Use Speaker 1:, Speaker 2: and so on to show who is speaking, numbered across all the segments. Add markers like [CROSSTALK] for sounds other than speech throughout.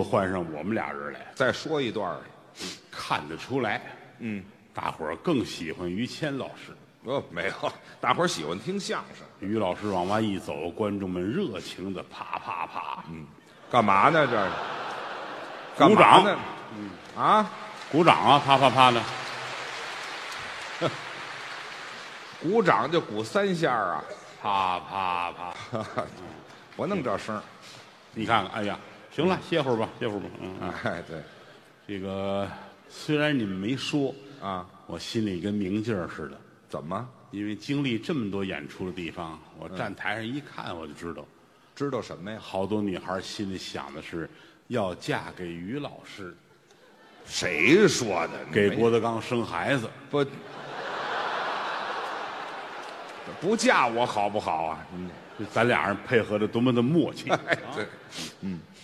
Speaker 1: 就换上我们俩人来，
Speaker 2: 再说一段儿，
Speaker 1: 看得出来，
Speaker 2: 嗯，
Speaker 1: 大伙儿更喜欢于谦老师。
Speaker 2: 哦，没有，大伙儿喜欢听相声，
Speaker 1: 于老师往外一走，观众们热情的啪啪啪，
Speaker 2: 嗯干嘛呢？这是
Speaker 1: 鼓
Speaker 2: 干嘛
Speaker 1: 掌
Speaker 2: 呢？嗯啊，
Speaker 1: 鼓掌啊，啪啪啪的。
Speaker 2: 鼓掌就鼓三下儿啊，
Speaker 1: 啪啪啪！
Speaker 2: 我弄这声儿，
Speaker 1: 你看看，哎呀，行了，歇会儿吧，歇会儿吧。嗯，嗯
Speaker 2: 哎，对，
Speaker 1: 这个虽然你们没说
Speaker 2: 啊，
Speaker 1: 我心里跟明镜儿似的，
Speaker 2: 怎么
Speaker 1: 因为经历这么多演出的地方，我站台上一看我就知道，
Speaker 2: 知道什么呀？
Speaker 1: 好多女孩心里想的是要嫁给于老师，
Speaker 2: 谁说的？
Speaker 1: 给
Speaker 2: 没
Speaker 1: 郭德纲生孩子。
Speaker 2: 不不嫁我好不好啊？嗯，
Speaker 1: 咱俩人配合的多么的默契！
Speaker 2: [LAUGHS]
Speaker 1: 啊嗯
Speaker 2: 哎，对，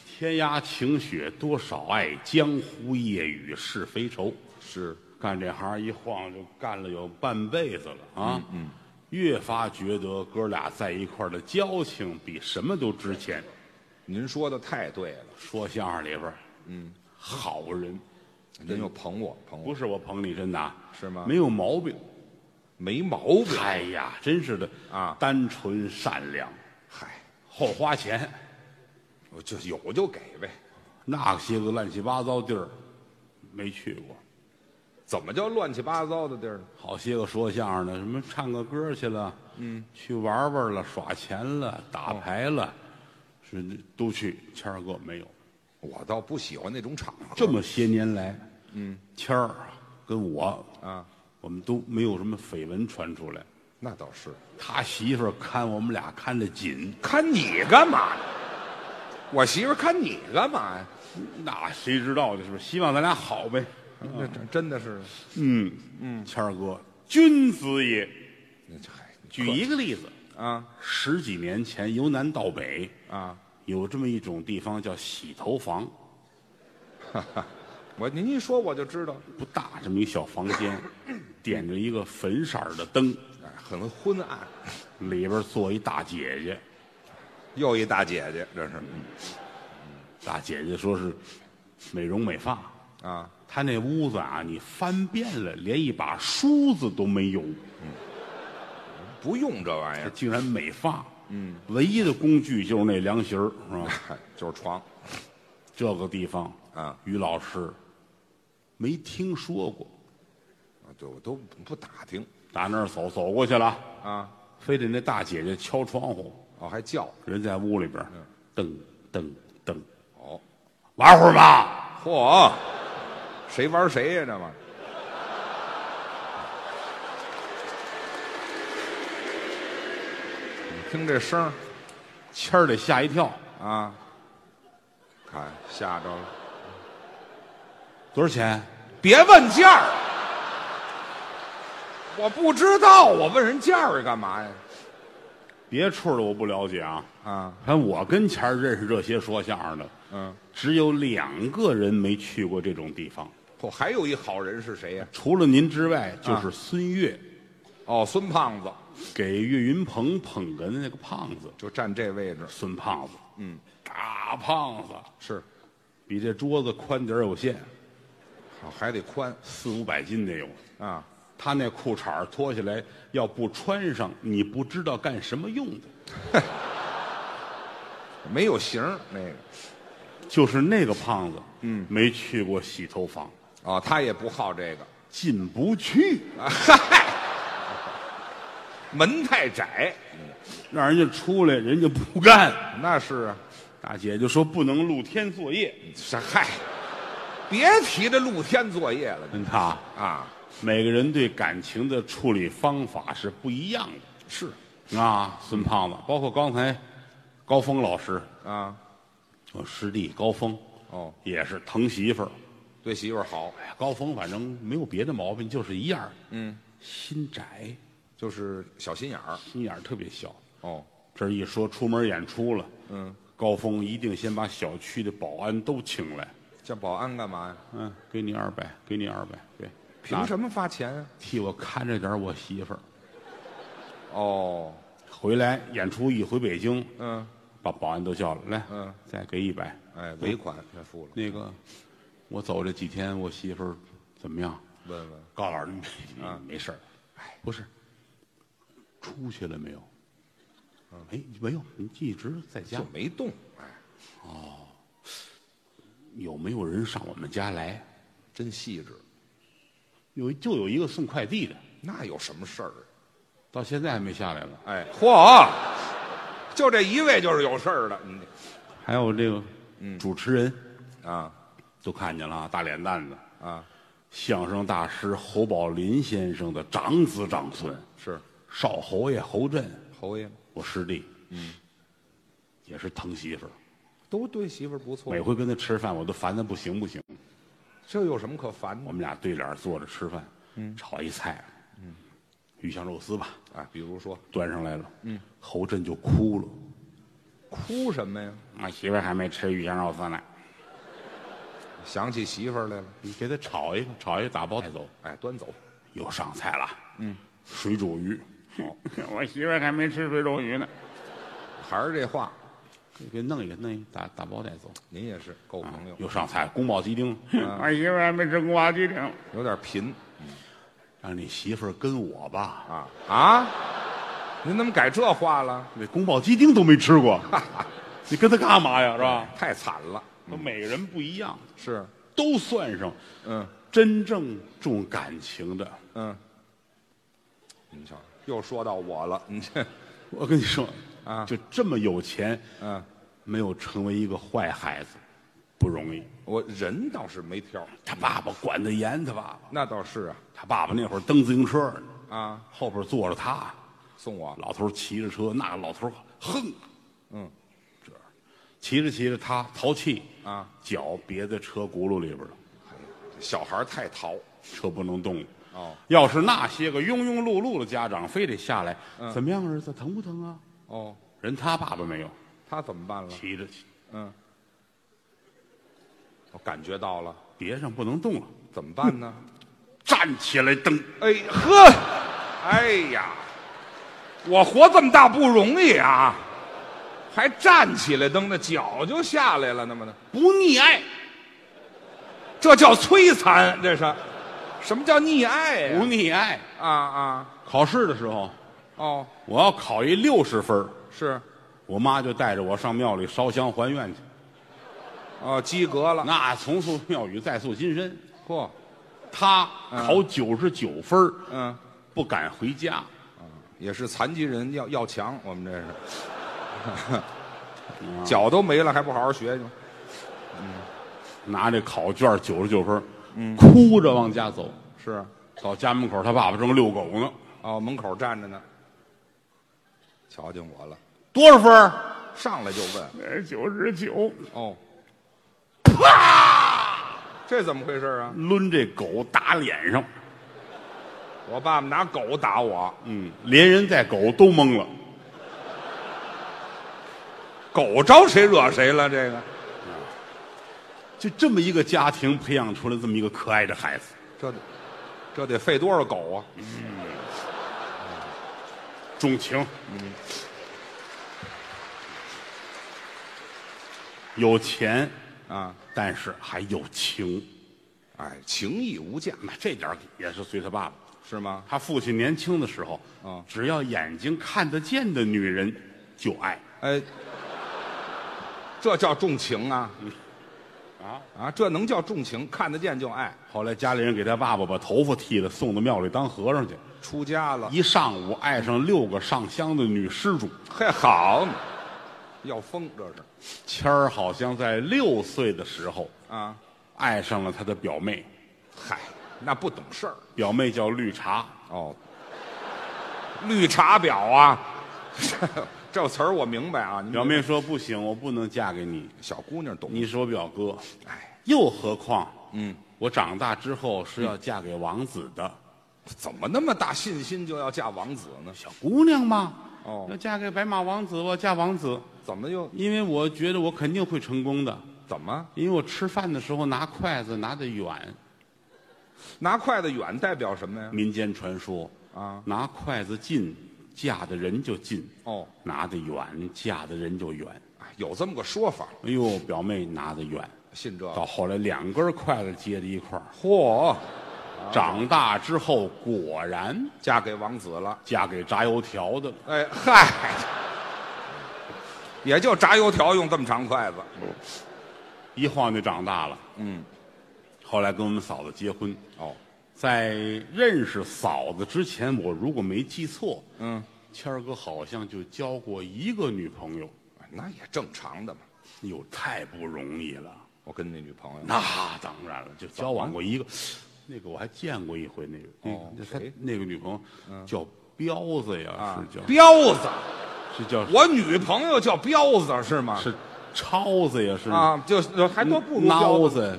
Speaker 1: 天涯晴雪多少爱，江湖夜雨是非愁。
Speaker 2: 是
Speaker 1: 干这行一晃就干了有半辈子了啊，嗯，越发觉得哥俩在一块儿的交情比什么都值钱。
Speaker 2: 您说的太对了，
Speaker 1: 说相声里边，嗯，好人
Speaker 2: 您又捧我捧我
Speaker 1: 不，是我捧你，真的啊
Speaker 2: 是吗
Speaker 1: 没有毛病。
Speaker 2: 没毛病。
Speaker 1: 哎呀，真是的
Speaker 2: 啊
Speaker 1: 单纯善良，
Speaker 2: 嗨，
Speaker 1: 好花钱，
Speaker 2: 我就有就给呗，
Speaker 1: 那些个乱七八糟地儿没去过，
Speaker 2: 怎么叫乱七八糟的地儿呢？
Speaker 1: 好些个说相声的，什么唱个歌去了，嗯，哦去玩玩了，耍钱了，打牌了，是都去。谦儿哥没有，
Speaker 2: 我倒不喜欢那种场合。
Speaker 1: 这么些年来，嗯，谦儿跟我，
Speaker 2: 啊，
Speaker 1: 我们都没有什么绯闻传出来。
Speaker 2: 那倒是。
Speaker 1: 他媳妇儿看我们俩看得紧，
Speaker 2: 看你干嘛？我媳妇儿看你干嘛呀？
Speaker 1: 那谁知道的是不是？希望咱俩好呗。
Speaker 2: 那真真的是，
Speaker 1: 嗯嗯，谦儿哥，君子也。
Speaker 2: 那这还
Speaker 1: 举一个例子，
Speaker 2: 啊
Speaker 1: 十几年前由南到北，
Speaker 2: 啊！
Speaker 1: 有这么一种地方叫洗头房。
Speaker 2: 我您一说我就知道，
Speaker 1: 不大，这么一小房间，点着一个粉色儿的灯，
Speaker 2: 哎，很昏暗。
Speaker 1: 里边坐一大姐姐。
Speaker 2: 又一大姐姐，这是
Speaker 1: 大姐姐说是美容美发，
Speaker 2: 啊，
Speaker 1: 她那屋子啊，你翻遍了，连一把梳子都没有，
Speaker 2: 不用这玩意
Speaker 1: 她
Speaker 2: 儿，
Speaker 1: 竟然美发。嗯，唯一的工具就是那凉席儿，是吧？
Speaker 2: 哎就是床。
Speaker 1: 这个地方
Speaker 2: [LAUGHS] 啊，
Speaker 1: 于老师没听说过。
Speaker 2: 对，我都不不打听
Speaker 1: 打那儿走走过去了，
Speaker 2: 啊。
Speaker 1: 非得那大姐姐敲窗户，
Speaker 2: 哦，还叫
Speaker 1: 人在屋里边儿，噔噔噔，
Speaker 2: 哦，
Speaker 1: 玩会儿吧。
Speaker 2: 嚯，谁玩谁呀？这玩意儿你听这声儿
Speaker 1: 谦儿得吓一跳，
Speaker 2: 啊，看吓着了，
Speaker 1: 多少钱？
Speaker 2: 别问价儿，我不知道，我问人价儿干嘛呀？
Speaker 1: 别处的我不了解啊，
Speaker 2: 啊，
Speaker 1: 反正我跟前儿认识这些说相声的，
Speaker 2: 嗯，
Speaker 1: 只有两个人没去过这种地方，
Speaker 2: 我还有一好人是谁呀？
Speaker 1: 除了您之外，就是孙越、
Speaker 2: 哦，孙胖子
Speaker 1: 给岳云鹏捧哏的那个胖子，
Speaker 2: 就站这位置，
Speaker 1: 孙胖子，嗯，大胖子，
Speaker 2: 是，
Speaker 1: 比这桌子宽点儿有限，
Speaker 2: 好哦还得宽
Speaker 1: 四五百斤得有。
Speaker 2: 啊，
Speaker 1: 他那裤衩儿脱下来，要不穿上，你不知道干什么用的。
Speaker 2: 没有型儿那个。
Speaker 1: 就是那个胖子，嗯，没去过洗头房，
Speaker 2: 哦，他也不好这个，
Speaker 1: 进不去。
Speaker 2: 门太窄，
Speaker 1: 让人家出来，人家不干。
Speaker 2: 那是啊，
Speaker 1: 大姐就说不能露天作业。
Speaker 2: 这嗨，别提这露天作业了
Speaker 1: 跟他
Speaker 2: 啊！
Speaker 1: 每个人对感情的处理方法是不一样
Speaker 2: 是
Speaker 1: 的啊。孙胖子，包括刚才高峰老师，
Speaker 2: 啊，
Speaker 1: 我师弟高峰，
Speaker 2: 哦，
Speaker 1: 也是疼媳妇儿。
Speaker 2: 对媳妇儿好，
Speaker 1: 哎呀，高峰反正没有别的毛病，就是一样，
Speaker 2: 嗯，
Speaker 1: 心窄，
Speaker 2: 就是小心眼儿
Speaker 1: 心眼儿特别小。
Speaker 2: 哦，
Speaker 1: 这一说出门演出了，
Speaker 2: 嗯，
Speaker 1: 高峰一定先把小区的保安都请来，
Speaker 2: 叫保安干嘛呀？
Speaker 1: 嗯，给你二百，给你二百，对，
Speaker 2: 凭什么发钱啊？
Speaker 1: 替我看着点儿我媳妇儿。
Speaker 2: 哦，
Speaker 1: 回来演出一回北京，
Speaker 2: 嗯
Speaker 1: 把保安都叫来，
Speaker 2: 嗯，
Speaker 1: 再给一百，
Speaker 2: 哎，尾款全付了。
Speaker 1: 那个，我走这几天，我媳妇儿怎么样？
Speaker 2: 问问
Speaker 1: 高老师，你没
Speaker 2: 嗯
Speaker 1: 没事儿？哎，不是，出去了没有？哎，没有，你一直在家
Speaker 2: 嗯就。没动，哎，
Speaker 1: 有没有人上我们家来？
Speaker 2: 真细致。
Speaker 1: 有，就有一个送快递的，
Speaker 2: 那有什么事儿啊？
Speaker 1: 到现在还没下来呢。
Speaker 2: 哎，嚯，就这一位就是有事儿的，嗯，
Speaker 1: 还有这个主持人，
Speaker 2: 啊
Speaker 1: 都看见了啊，大脸蛋子，
Speaker 2: 啊，
Speaker 1: 相声大师侯宝林先生的长子长孙，
Speaker 2: 是
Speaker 1: 少侯爷侯震，
Speaker 2: 侯爷
Speaker 1: 我师弟，嗯，也是疼媳妇儿。
Speaker 2: 都对媳妇儿不错
Speaker 1: 每，回跟他吃饭，我都烦他不行不行。
Speaker 2: 这有什么可烦
Speaker 1: 我
Speaker 2: 的
Speaker 1: 们俩对脸坐着吃饭，炒一菜，鱼香肉丝吧，
Speaker 2: 啊？比如说
Speaker 1: 端上来了，侯震就哭了。
Speaker 2: 哭什么呀？
Speaker 1: 我媳妇儿还没吃鱼香肉丝呢，
Speaker 2: 想起媳妇儿来了，
Speaker 1: 你给他炒一个，炒一个打包带走。
Speaker 2: 哎，端走，
Speaker 1: 又上菜了，嗯，水煮鱼。我媳妇儿还没吃水煮鱼呢，
Speaker 2: 还是这话，
Speaker 1: 给弄一个，弄一个打打包带走。
Speaker 2: 您也是够朋友，
Speaker 1: 又上菜，宫保鸡丁。我媳妇儿还没吃宫保鸡丁，
Speaker 2: 有点贫
Speaker 1: 让你媳妇儿跟我吧，
Speaker 2: 啊啊！您怎么改这话了？
Speaker 1: 那宫保鸡丁都没吃过，你跟他干嘛呀？是吧？
Speaker 2: 太惨了，
Speaker 1: 那每个人不一样，
Speaker 2: 是，
Speaker 1: 都算上。
Speaker 2: 嗯
Speaker 1: 真正重感情的，
Speaker 2: 嗯，您瞧，又说到我了，你这，
Speaker 1: 我跟你说
Speaker 2: 啊
Speaker 1: 就这么有钱，
Speaker 2: [LAUGHS] 嗯，
Speaker 1: 没有成为一个坏孩子，不容易。
Speaker 2: 我人倒是没挑，
Speaker 1: 他爸爸管得严，他爸爸，
Speaker 2: 那倒是啊
Speaker 1: 他爸爸那会儿蹬自行车呢，
Speaker 2: 啊，
Speaker 1: 后边坐着他，
Speaker 2: 送我
Speaker 1: 老头骑着车，那个老头哼，
Speaker 2: 嗯，
Speaker 1: 骑着骑着他淘气
Speaker 2: 啊，
Speaker 1: 脚别在车轱辘里边了，
Speaker 2: 小孩太淘
Speaker 1: 车不能动。
Speaker 2: 哦
Speaker 1: 要是那些个庸庸碌碌的家长，非得下来，
Speaker 2: 嗯
Speaker 1: 怎么样，儿子疼不疼啊？
Speaker 2: 哦，
Speaker 1: 人他爸爸没有，
Speaker 2: 他怎么办了？
Speaker 1: 骑着骑
Speaker 2: 嗯，我哦感觉到了，
Speaker 1: 别上不能动了。
Speaker 2: 怎么办呢？
Speaker 1: 站起来蹬，
Speaker 2: 哎呵，哎呀，我活这么大不容易啊，还站起来蹬着脚就下来了，那么的，
Speaker 1: 不溺爱，
Speaker 2: 这叫摧残，这是什么叫溺爱
Speaker 1: 不
Speaker 2: 呀、
Speaker 1: 溺爱。
Speaker 2: 啊啊
Speaker 1: 考试的时候，
Speaker 2: 哦，
Speaker 1: 我要考一六十分儿，
Speaker 2: 是
Speaker 1: 我妈就带着我上庙里烧香还愿去。
Speaker 2: 哦，及格了，
Speaker 1: 那从塑庙宇，再塑金身。
Speaker 2: 嚯，
Speaker 1: 她考九十九分儿，
Speaker 2: 嗯，
Speaker 1: 不敢回家。
Speaker 2: 也是残疾人要要强，我们这是， [LAUGHS] 嗯脚都没了还不好好学去吗？
Speaker 1: 拿这考卷九十九分儿，哭着往家走。
Speaker 2: 是啊
Speaker 1: 到家门口，他爸爸正遛狗呢。
Speaker 2: 哦，门口站着呢，瞧见我了，
Speaker 1: 多少分儿？
Speaker 2: 上来就问
Speaker 1: 九十九。
Speaker 2: 哦， [LAUGHS]
Speaker 1: 啪！
Speaker 2: 这怎么回事啊？
Speaker 1: 抡这狗打脸上，
Speaker 2: 我爸爸拿狗打我，
Speaker 1: 嗯，连人带狗都懵了。
Speaker 2: 狗招谁惹谁了？这个，
Speaker 1: 就这么一个家庭培养出来这么一个可爱的孩子，
Speaker 2: 这得这得费多少狗啊？
Speaker 1: 重情，有钱，
Speaker 2: 啊，
Speaker 1: 但是还有情，
Speaker 2: 哎，情义无价
Speaker 1: 那这点儿也是随他爸爸。
Speaker 2: 是吗？
Speaker 1: 他父亲年轻的时候，
Speaker 2: 嗯
Speaker 1: 只要眼睛看得见的女人就爱，
Speaker 2: 哎，这叫重情啊！
Speaker 1: 啊
Speaker 2: 啊，这能叫重情？看得见就爱。
Speaker 1: 后来家里人给他爸爸把头发剃了，送到庙里当和尚去，
Speaker 2: 出家了，
Speaker 1: 一上午爱上六个上香的女施主。
Speaker 2: 嘿，好嘛，要疯这是
Speaker 1: 谦儿好像在六岁的时候
Speaker 2: 啊！
Speaker 1: 爱上了他的表妹，
Speaker 2: 嗨，那不懂事儿
Speaker 1: 表妹叫绿茶，
Speaker 2: 哦。绿茶婊啊， [LAUGHS] 这词儿我明白啊。您
Speaker 1: 表妹说不行，我不能嫁给你，
Speaker 2: 小姑娘懂，
Speaker 1: 你是我表哥。
Speaker 2: 哎，
Speaker 1: 又何况，
Speaker 2: 嗯，
Speaker 1: 我长大之后是要嫁给王子的，
Speaker 2: 怎么那么大信心就要嫁王子呢？
Speaker 1: 小姑娘嘛，
Speaker 2: 哦
Speaker 1: 要嫁给白马王子，我要嫁王子，
Speaker 2: 怎么又
Speaker 1: 因为我觉得我肯定会成功的，
Speaker 2: 怎么
Speaker 1: 因为我吃饭的时候拿筷子拿得远。
Speaker 2: 拿筷子远代表什么呀？
Speaker 1: 民间传说
Speaker 2: 嗯啊，
Speaker 1: 拿筷子近，嫁的人就近；
Speaker 2: 哦，
Speaker 1: 拿得远，嫁的人就远。
Speaker 2: 哎，有这么个说法，
Speaker 1: 哎呦，表妹拿得远，
Speaker 2: 信这
Speaker 1: 到
Speaker 2: 个？
Speaker 1: 后来两根筷子接在一块儿。
Speaker 2: 嚯，啊
Speaker 1: 长大之后，果然
Speaker 2: 嫁给王子了。
Speaker 1: 嫁给炸油条的了。
Speaker 2: 哎嗨，也就炸油条用这么长筷子。
Speaker 1: 一晃就长大了。
Speaker 2: 嗯，
Speaker 1: 后来跟我们嫂子结婚，
Speaker 2: 哦，
Speaker 1: 在认识嫂子之前，我如果没记错，
Speaker 2: 嗯，
Speaker 1: 谦儿哥好像就交过一个女朋友。
Speaker 2: 那也正常的嘛。
Speaker 1: 哟，太不容易了。
Speaker 2: 我跟那女朋友，
Speaker 1: 那当然了，就交往过一个，那个我还见过一回，那个那
Speaker 2: 哦
Speaker 1: 个他
Speaker 2: 谁嗯啊
Speaker 1: 那个女朋友叫彪子呀，是叫
Speaker 2: 彪子，
Speaker 1: 是叫
Speaker 2: 我女朋友叫彪子是吗？
Speaker 1: 是超子呀，是
Speaker 2: 啊，就是还多不如彪
Speaker 1: 孬
Speaker 2: 子。
Speaker 1: 子、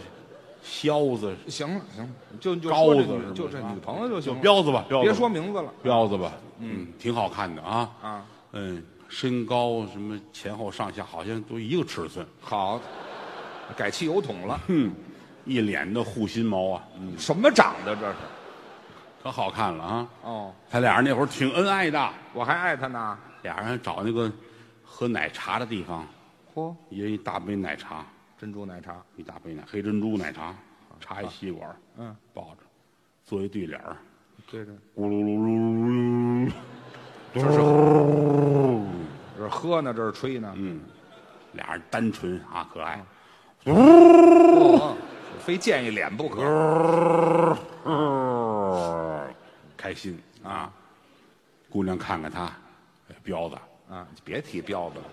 Speaker 1: 削子、
Speaker 2: 行了行了，就就
Speaker 1: 高
Speaker 2: 说
Speaker 1: 子
Speaker 2: 这
Speaker 1: 是吗啊
Speaker 2: 女就这女朋友就
Speaker 1: 就
Speaker 2: 行了，
Speaker 1: 彪子吧，彪子吧
Speaker 2: 别说名字了
Speaker 1: 彪子吧，嗯，挺好看的啊
Speaker 2: 啊。
Speaker 1: 嗯，身高什么前后上下好像都一个尺寸，
Speaker 2: 好，改汽油桶了，
Speaker 1: 哼，一脸的护心毛啊，嗯，
Speaker 2: 什么长的这是？
Speaker 1: 可好看了啊。
Speaker 2: 哦，
Speaker 1: 他俩人那会儿挺恩爱的，
Speaker 2: 我还爱他呢。
Speaker 1: 俩人找那个喝奶茶的地方，
Speaker 2: 嚯，
Speaker 1: 一人一大杯奶茶，
Speaker 2: 珍珠奶茶，
Speaker 1: 一大杯奶黑珍珠奶茶，插一吸管，
Speaker 2: 嗯，
Speaker 1: 抱着，做一对脸儿，
Speaker 2: 对对，
Speaker 1: 咕噜噜噜噜噜噜，
Speaker 2: 这是这是喝呢，这是吹呢，
Speaker 1: 嗯，俩人单纯啊，可爱。
Speaker 2: 嚯哦非见一脸不可。
Speaker 1: [LAUGHS] 开心啊！姑娘看看他，哎，彪子，
Speaker 2: 啊，别提彪子了，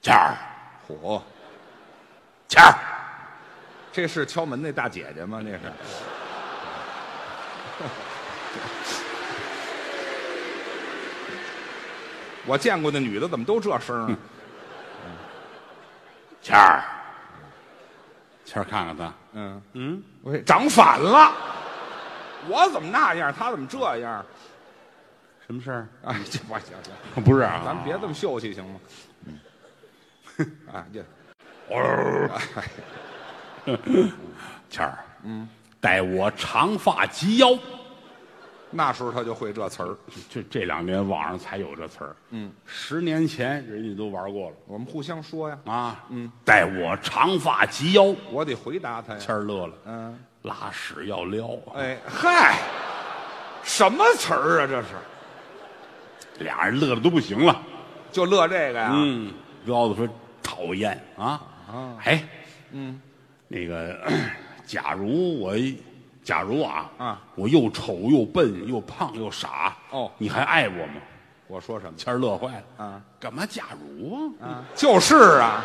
Speaker 1: 谦儿，
Speaker 2: 嚯，
Speaker 1: 谦儿，
Speaker 2: 这是敲门那大姐姐吗？那是。 [LAUGHS] 我见过那女的怎么都这声儿啊？
Speaker 1: 谦儿，谦儿看看他，
Speaker 2: 嗯，
Speaker 1: 嗯，
Speaker 2: 喂，长反了，我怎么那样，她怎么这样？ [LAUGHS]
Speaker 1: 什么事儿？
Speaker 2: 哎，这我行行，
Speaker 1: 不是啊，
Speaker 2: 咱们别这么秀气行吗？嗯， [LAUGHS] 啊，这
Speaker 1: [LAUGHS] 谦儿，嗯，待我长发及腰，
Speaker 2: 那时候她就会这词儿。
Speaker 1: 就这两年网上才有这词儿，嗯，十年前人家都玩过了
Speaker 2: 我们互相说呀，
Speaker 1: 啊，嗯，待我长发及腰，
Speaker 2: 我得回答她
Speaker 1: 谦
Speaker 2: 呀。
Speaker 1: 儿乐了，
Speaker 2: 嗯，
Speaker 1: 拉屎要撩，啊
Speaker 2: 哎嗨，什么词儿啊？这是
Speaker 1: 俩人乐的都不行了。
Speaker 2: 就乐这个呀？
Speaker 1: 嗯，彪子说讨厌啊，哎，嗯，那个，假如我，假如啊，
Speaker 2: 啊，
Speaker 1: 我又丑又笨又胖又傻，
Speaker 2: 哦
Speaker 1: 你还爱我吗？
Speaker 2: 我说什么？
Speaker 1: 谦儿乐坏了，
Speaker 2: 啊，
Speaker 1: 干嘛假如啊？
Speaker 2: 啊，就是啊，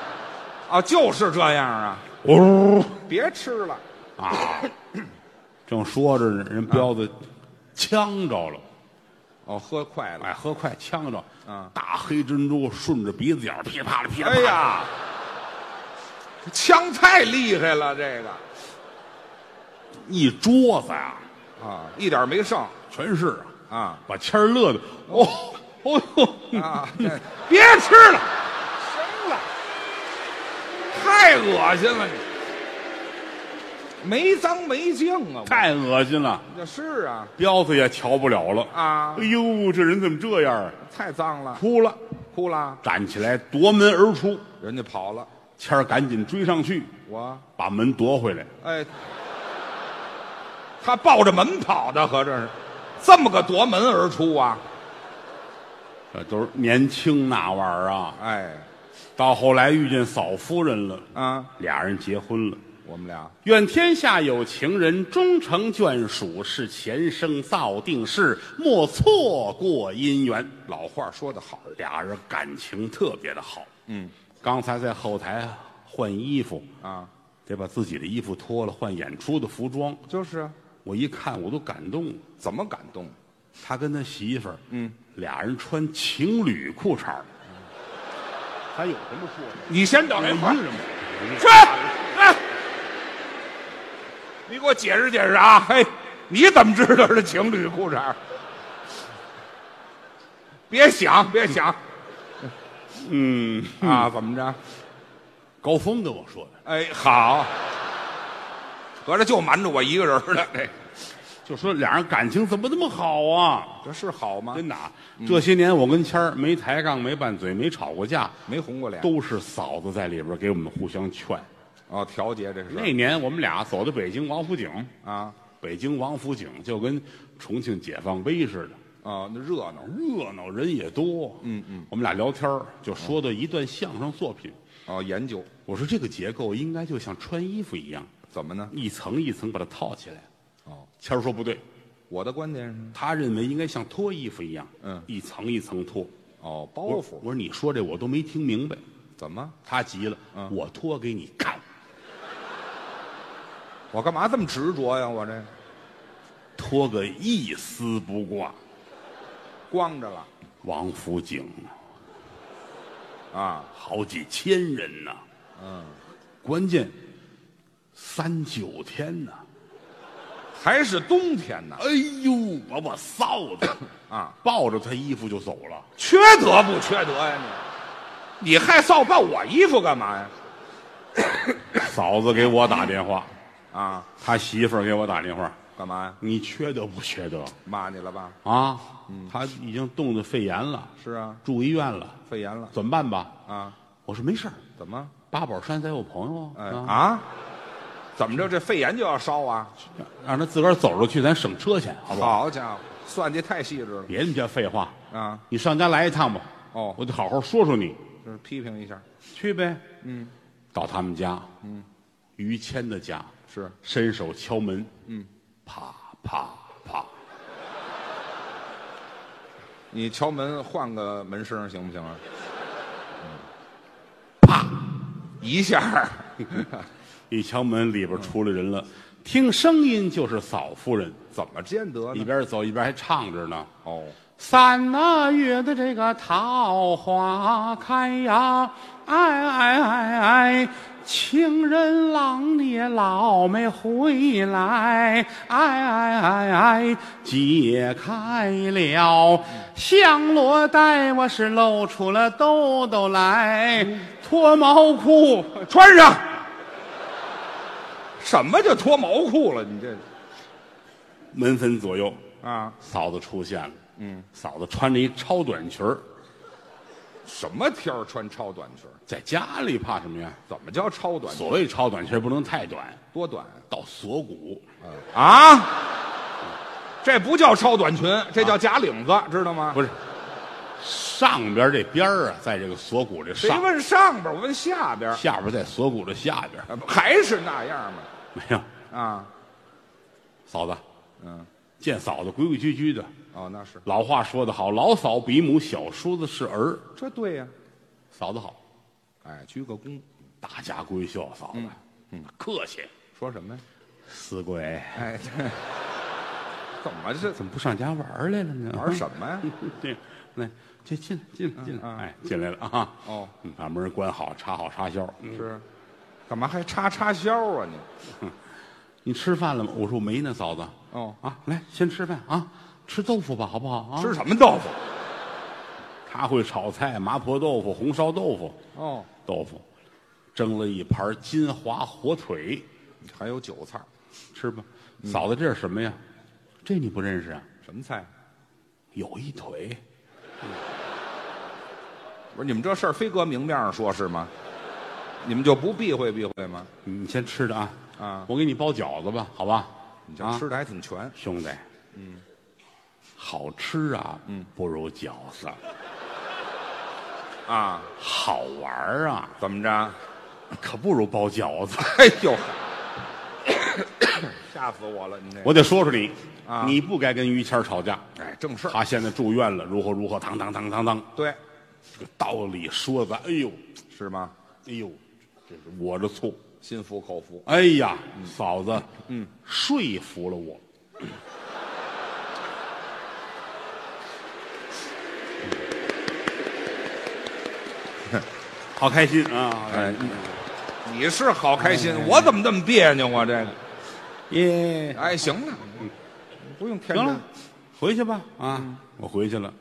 Speaker 2: 啊，就是这样啊，
Speaker 1: 哦
Speaker 2: 别吃了，
Speaker 1: 啊，正说着呢，人彪子呛着了，
Speaker 2: 哦，喝快了，
Speaker 1: 哎，喝快呛着，
Speaker 2: 啊
Speaker 1: 大黑珍珠顺着鼻子眼儿噼里啪啦噼里啪
Speaker 2: 哎
Speaker 1: 啦，
Speaker 2: 呀，枪太厉害了，这个
Speaker 1: 一桌子呀、
Speaker 2: 啊，一点没剩
Speaker 1: 全是啊。
Speaker 2: 啊
Speaker 1: 把谦儿乐的，哦，哦呦，
Speaker 2: 啊，这别吃了，行了，太恶心了你，没脏没净啊，
Speaker 1: 太恶心了，
Speaker 2: 我是啊
Speaker 1: 彪子也瞧不了了。
Speaker 2: 啊
Speaker 1: 哎，呦，这人怎么这样啊？
Speaker 2: 太脏了，
Speaker 1: 哭了，
Speaker 2: 哭了，
Speaker 1: 站起来夺门而出，
Speaker 2: 人家跑了，
Speaker 1: 谦儿赶紧追上去，
Speaker 2: 我。
Speaker 1: 把门夺回来。
Speaker 2: 哎，他抱着门跑的，合着是这么个夺门而出啊！
Speaker 1: 这都是年轻那玩意儿啊。
Speaker 2: 哎，
Speaker 1: 到后来遇见嫂夫人了，
Speaker 2: 啊，
Speaker 1: 俩人结婚了。
Speaker 2: 我们俩
Speaker 1: 愿天下有情人终成眷属，是前生造定事，莫错过姻缘。
Speaker 2: 老话说得好，
Speaker 1: 俩人感情特别的好。
Speaker 2: 嗯，
Speaker 1: 刚才在后台换衣服，
Speaker 2: 啊，
Speaker 1: 得把自己的衣服脱了，换演出的服装。
Speaker 2: 就是啊
Speaker 1: 我一看，我都感动了。
Speaker 2: 怎么感动？
Speaker 1: 他跟他媳妇儿，嗯，俩人穿情侣裤衩儿他有什么说的？
Speaker 2: 你先等
Speaker 1: 一
Speaker 2: 儿，
Speaker 1: 个人吗
Speaker 2: 去，哎，你给我解释解释啊！嘿，你怎么知道是情侣裤衩儿？别想，别想
Speaker 1: 嗯，
Speaker 2: 啊！怎么着？
Speaker 1: 高峰跟我说的。
Speaker 2: 哎，好，合着就瞒着我一个人儿了。这
Speaker 1: 就说俩人感情怎么那么好啊？
Speaker 2: 这是好吗？
Speaker 1: 真的啊，这些年我跟谦儿没抬杠，没拌嘴，没吵过架，
Speaker 2: 没红过脸
Speaker 1: 都是嫂子在里边给我们互相劝。
Speaker 2: 哦，调节这是
Speaker 1: 那年我们俩走的北京王府井，
Speaker 2: 啊
Speaker 1: 北京王府井就跟重庆解放碑似的，
Speaker 2: 啊，那热闹
Speaker 1: 热闹人也多。嗯嗯，我们俩聊天儿就说到一段相声作品，
Speaker 2: 哦，研究
Speaker 1: 我说这个结构应该就像穿衣服一样，
Speaker 2: 怎么呢？
Speaker 1: 一层一层把它套起来。
Speaker 2: 哦，
Speaker 1: 谦儿说不对，
Speaker 2: 我的观点是，
Speaker 1: 他认为应该像脱衣服一样，
Speaker 2: 嗯
Speaker 1: 一层一层脱。
Speaker 2: 哦，包
Speaker 1: 我
Speaker 2: 袱
Speaker 1: 我说你说这我都没听明白。
Speaker 2: 怎么？
Speaker 1: 他急了，
Speaker 2: 嗯
Speaker 1: 我脱给你看。
Speaker 2: 我干嘛这么执着呀？我这
Speaker 1: 脱个一丝不挂。
Speaker 2: 光着了
Speaker 1: 王府井
Speaker 2: 啊，
Speaker 1: 好几千人呢，
Speaker 2: 嗯，
Speaker 1: 关键三九天呢。
Speaker 2: 还是冬天呢
Speaker 1: 哎呦，把我臊的
Speaker 2: [COUGHS] 啊，
Speaker 1: 抱着他衣服就走了。
Speaker 2: 缺德不缺德呀你？你害臊抱我衣服干嘛呀？
Speaker 1: 嫂子给我打电话，
Speaker 2: 啊，
Speaker 1: 他媳妇儿给我打电话，
Speaker 2: 干嘛呀？
Speaker 1: 你缺德不缺德
Speaker 2: 骂你了吧？
Speaker 1: 啊？
Speaker 2: 嗯
Speaker 1: 他已经冻得肺炎了，
Speaker 2: 是啊，
Speaker 1: 住医院了，
Speaker 2: 肺炎了
Speaker 1: 怎么办吧？
Speaker 2: 啊？
Speaker 1: 我说没事儿，
Speaker 2: 怎么？
Speaker 1: 八宝山在我朋友
Speaker 2: 哎，啊？怎么着？这肺炎就要烧啊？
Speaker 1: 让他自个儿走着去，咱省车钱，好不好？
Speaker 2: 好家伙，算计太细致了
Speaker 1: 别那么些废话，
Speaker 2: 啊！
Speaker 1: 你上家来一趟吧。
Speaker 2: 哦
Speaker 1: 我得好好说说你。
Speaker 2: 就是批评一下，
Speaker 1: 去呗，嗯，到他们家，嗯，于谦的家
Speaker 2: 是
Speaker 1: 伸手敲门，嗯，啪啪啪，
Speaker 2: 你敲门换个门声行不行啊？
Speaker 1: 啪！
Speaker 2: 一下 [LAUGHS] 儿，
Speaker 1: 一敲门，里边出来人了，听声音就是嫂夫人，
Speaker 2: 怎么见得
Speaker 1: 一
Speaker 2: 呢？
Speaker 1: 边走一边还唱着呢。
Speaker 2: 哦，
Speaker 1: 三那月的这个桃花开呀，哎哎哎哎，情人郎你也老没回来，哎哎哎哎，解开了香罗带，我是露出了兜兜来，脱毛裤，
Speaker 2: 穿上。什么叫脱毛裤了？你这
Speaker 1: 门分左右，
Speaker 2: 啊，
Speaker 1: 嫂子出现了，嗯，嫂子穿着一超短裙儿
Speaker 2: 什么天儿穿超短裙儿？
Speaker 1: 在家里怕什么呀？
Speaker 2: 怎么叫超短裙
Speaker 1: 所
Speaker 2: 儿？
Speaker 1: 谓超短裙儿不能太短，
Speaker 2: 多短
Speaker 1: 到锁骨。
Speaker 2: 啊？这不叫超短裙，这
Speaker 1: 啊
Speaker 2: 叫假领子，知道吗？
Speaker 1: 不是，上边这边儿啊，在这个锁骨这
Speaker 2: 谁
Speaker 1: 上，
Speaker 2: 问上边儿？我问下边儿，
Speaker 1: 下边在锁骨的下边儿，
Speaker 2: 啊不还是那样吗？
Speaker 1: 没有。
Speaker 2: 啊，
Speaker 1: 嫂子，
Speaker 2: 嗯，
Speaker 1: 见嫂子规规矩矩的，
Speaker 2: 哦，那是，
Speaker 1: 老话说得好，老嫂比母，小叔子是儿，
Speaker 2: 这对呀、
Speaker 1: 嫂子好，
Speaker 2: 哎，鞠个躬，
Speaker 1: 大家闺秀，嫂子，嗯，客气。
Speaker 2: 说什么呀？
Speaker 1: 死鬼，
Speaker 2: 哎， [LAUGHS] 这怎么是
Speaker 1: 怎么不上家玩儿来了呢？
Speaker 2: 玩什么呀？
Speaker 1: 么？对，来，进进来进来进来，
Speaker 2: 嗯
Speaker 1: 哎，进来了啊！
Speaker 2: 哦
Speaker 1: 嗯，把门关好，插好插销。嗯
Speaker 2: 是，干嘛还插插销啊你？
Speaker 1: 你吃饭了吗？我说我没呢，嫂子。
Speaker 2: 哦
Speaker 1: 啊，来先吃饭啊，吃豆腐吧，好不好啊？
Speaker 2: 吃什么豆腐？
Speaker 1: 他会炒菜，麻婆豆腐、红烧豆腐，
Speaker 2: 哦，
Speaker 1: 豆腐，蒸了一盘金华火腿，
Speaker 2: 还有韭菜，
Speaker 1: 吃吧。
Speaker 2: 嗯
Speaker 1: 嫂子，这是什么呀？这你不认识啊？
Speaker 2: 什么菜？
Speaker 1: 有一腿，
Speaker 2: 不是你们这事儿非搁明面上说是吗？你们就不避讳避讳吗？
Speaker 1: 你先吃着啊。
Speaker 2: 啊
Speaker 1: 我给你包饺子吧，好吧？
Speaker 2: 你这
Speaker 1: 啊
Speaker 2: 吃的还挺全，
Speaker 1: 兄弟，嗯，好吃啊，嗯，不如饺子
Speaker 2: 啊？
Speaker 1: 好玩儿啊，
Speaker 2: 怎么着？
Speaker 1: 可不如包饺子。
Speaker 2: [LAUGHS] 哎呦， [LAUGHS] 吓死我了！你这
Speaker 1: 我得说说你
Speaker 2: 啊
Speaker 1: 你不该跟于谦儿吵架。
Speaker 2: 哎，正事儿
Speaker 1: 他现在住院了，如何如何，当当当当当，
Speaker 2: 对
Speaker 1: 这个道理说的，哎呦，
Speaker 2: 是吗？
Speaker 1: 哎呦，这是我的错，
Speaker 2: 心服口服，
Speaker 1: 哎呀，嫂子，嗯， [LAUGHS] 说服了我，好开心啊！
Speaker 2: 哎，你你是好开心，我怎么这么别扭啊？这个。
Speaker 1: 耶，
Speaker 2: [LAUGHS] 哎，行了，不用天
Speaker 1: 行
Speaker 2: 真
Speaker 1: 了，回去吧
Speaker 2: 嗯
Speaker 1: 啊！我回去了，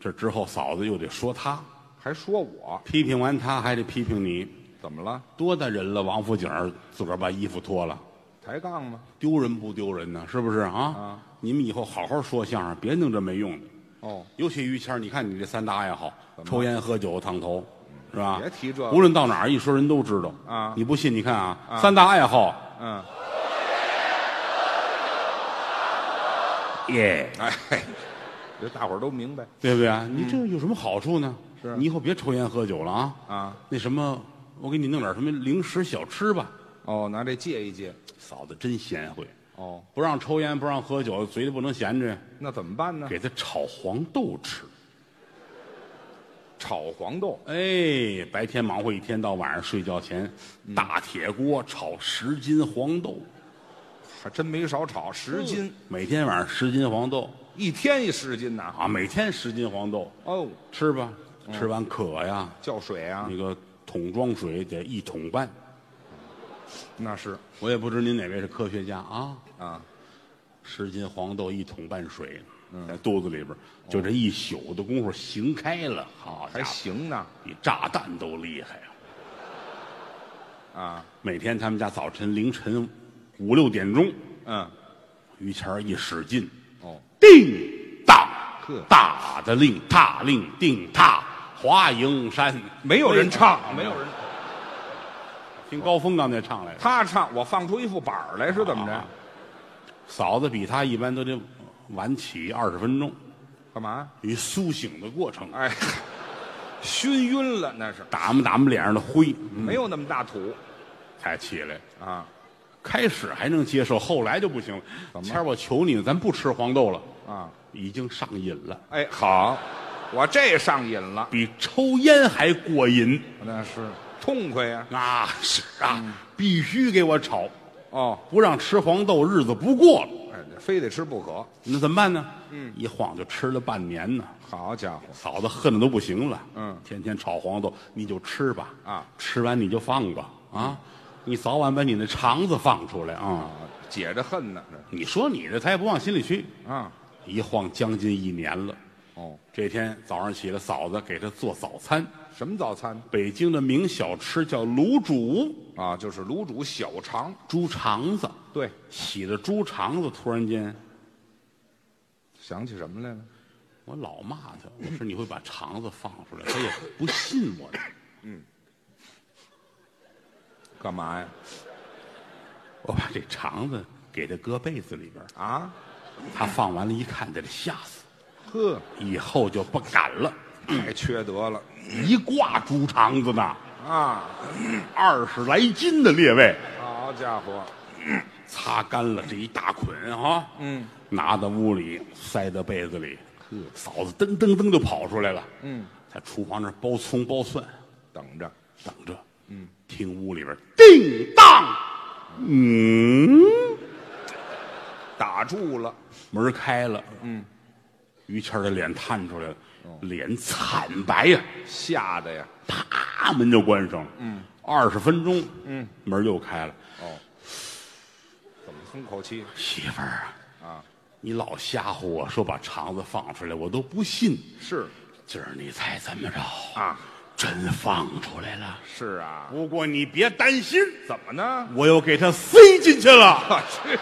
Speaker 1: 这之后嫂子又得说他，
Speaker 2: 还说我
Speaker 1: 批评完他还得批评你，
Speaker 2: 怎么了？
Speaker 1: 多大人了，王府井儿自个儿把衣服脱了。
Speaker 2: 抬杠吗？
Speaker 1: 丢人不丢人呢？是不是啊？
Speaker 2: 啊
Speaker 1: 你们以后好好说相声，别弄这没用的。
Speaker 2: 哦，
Speaker 1: 尤其于谦儿，你看你这三大爱好：
Speaker 2: 怎么嗯
Speaker 1: 抽烟、喝酒、烫头，是吧？
Speaker 2: 别提这个
Speaker 1: 无论到哪儿一说，人都知道
Speaker 2: 啊
Speaker 1: 你不信？你看啊，三大爱好，
Speaker 2: 嗯，
Speaker 1: 耶，
Speaker 2: 哎，嘿这大伙儿都明白
Speaker 1: 对不对啊？你这有什么好处呢？
Speaker 2: 嗯是
Speaker 1: 你以后别抽烟喝酒了啊！
Speaker 2: 啊。
Speaker 1: 那什么，我给你弄点什么零食小吃吧。
Speaker 2: 哦，拿这借一借。
Speaker 1: 嫂子真贤惠，
Speaker 2: 哦，
Speaker 1: 不让抽烟，不让喝酒，嘴里不能闲着，
Speaker 2: 那怎么办呢？
Speaker 1: 给他炒黄豆吃。
Speaker 2: 炒黄豆。
Speaker 1: 哎，白天忙活一天，到晚上睡觉前，
Speaker 2: 嗯
Speaker 1: 大铁锅炒十斤黄豆，
Speaker 2: 还真没少炒，十斤，
Speaker 1: 每天晚上十斤黄豆
Speaker 2: 一天一十斤呐。
Speaker 1: 啊，每天十斤黄豆，
Speaker 2: 哦，
Speaker 1: 吃吧，吃完渴呀，
Speaker 2: 叫水啊，
Speaker 1: 那个桶装水得一桶半。
Speaker 2: 那是
Speaker 1: 我也不知您哪位是科学家啊，
Speaker 2: 啊，
Speaker 1: 十斤黄豆一桶半水，
Speaker 2: 嗯
Speaker 1: 在肚子里
Speaker 2: 哦
Speaker 1: 边，就这一宿的功夫行开了，好
Speaker 2: 还
Speaker 1: 家伙，
Speaker 2: 行呢
Speaker 1: 比炸弹都厉害啊！
Speaker 2: 啊，
Speaker 1: 每天他们家早晨凌晨五六点钟，
Speaker 2: 嗯，
Speaker 1: 于谦儿一使劲，
Speaker 2: 哦，
Speaker 1: 叮当
Speaker 2: 呵，
Speaker 1: 大的令踏令定踏，华蓥山
Speaker 2: 没有人唱，
Speaker 1: 没
Speaker 2: 没
Speaker 1: 有
Speaker 2: 有人，
Speaker 1: 听高峰刚才唱来的。
Speaker 2: 他唱，我放出一副板儿来是怎么着？
Speaker 1: 嫂子比他一般都得晚起二十分钟，
Speaker 2: 干嘛？
Speaker 1: 与苏醒的过程，
Speaker 2: 哎， [LAUGHS] 熏晕了那是，
Speaker 1: 打磨打磨脸上的灰，
Speaker 2: 没有那么大土
Speaker 1: 才起来。
Speaker 2: 啊
Speaker 1: 开始还能接受，后来就不行了。
Speaker 2: 怎么
Speaker 1: 谦儿，我求你了，咱不吃黄豆了，
Speaker 2: 啊，
Speaker 1: 已经上瘾了，
Speaker 2: 哎，好，我这上瘾了，
Speaker 1: 比抽烟还过瘾
Speaker 2: 那是痛快呀、
Speaker 1: 啊！是啊，
Speaker 2: 嗯
Speaker 1: 必须给我炒，
Speaker 2: 哦，
Speaker 1: 不让吃黄豆，日子不过了。
Speaker 2: 哎，非得吃不可，
Speaker 1: 那怎么办呢？嗯，一晃就吃了半年呢。
Speaker 2: 好家伙，
Speaker 1: 嫂子恨的都不行了，
Speaker 2: 嗯
Speaker 1: 天天炒黄豆，你就吃吧，
Speaker 2: 啊嗯
Speaker 1: 吃完你就放吧，啊，你早晚把你那肠子放出来啊！
Speaker 2: 啊，解着恨呢，
Speaker 1: 你说你的，他也不往心里去。
Speaker 2: 这啊，
Speaker 1: 一晃将近一年了，
Speaker 2: 哦，
Speaker 1: 这天早上起来，嫂子给他做早餐，
Speaker 2: 什么早餐？
Speaker 1: 北京的名小吃叫卤煮，
Speaker 2: 啊，就是卤煮小肠，
Speaker 1: 猪肠子，
Speaker 2: 对，
Speaker 1: 洗的猪肠子，突然间
Speaker 2: 想起什么来了？
Speaker 1: 我老骂他，我说你会把肠子放出来，他也不信我这。
Speaker 2: 干嘛呀？
Speaker 1: 我把这肠子给他搁被子里边儿，
Speaker 2: 啊，
Speaker 1: 他放完了，一看，得吓死，
Speaker 2: 呵，
Speaker 1: 以后就不敢了。
Speaker 2: 太缺德了
Speaker 1: 一挂猪肠子呢，
Speaker 2: 啊！
Speaker 1: 二十来斤的列位，
Speaker 2: 好家伙，
Speaker 1: 擦干了这一大捆哈，
Speaker 2: 嗯，
Speaker 1: 拿到屋里塞到被子里
Speaker 2: 呵，
Speaker 1: 嫂子噔噔噔就跑出来了，
Speaker 2: 嗯，
Speaker 1: 在厨房那儿剥葱剥蒜，
Speaker 2: 等着，
Speaker 1: 等着，嗯，听屋里边叮当，嗯，
Speaker 2: 打住了，
Speaker 1: 门开了，嗯，哦于谦儿的脸探出来了，脸惨白呀、
Speaker 2: 吓得呀！
Speaker 1: 啪，门就关上了。嗯，二十分钟，嗯，门又开了。
Speaker 2: 哦，怎么松口气？
Speaker 1: 媳妇儿啊，
Speaker 2: 啊，
Speaker 1: 你老吓唬我说把肠子放出来，我都不信。
Speaker 2: 是
Speaker 1: 今儿你猜怎么着？
Speaker 2: 啊，
Speaker 1: 真放出来了。
Speaker 2: 是啊，
Speaker 1: 不过你别担心，
Speaker 2: 怎么呢？ [LAUGHS]
Speaker 1: 我又给它塞进去了。
Speaker 2: 我去，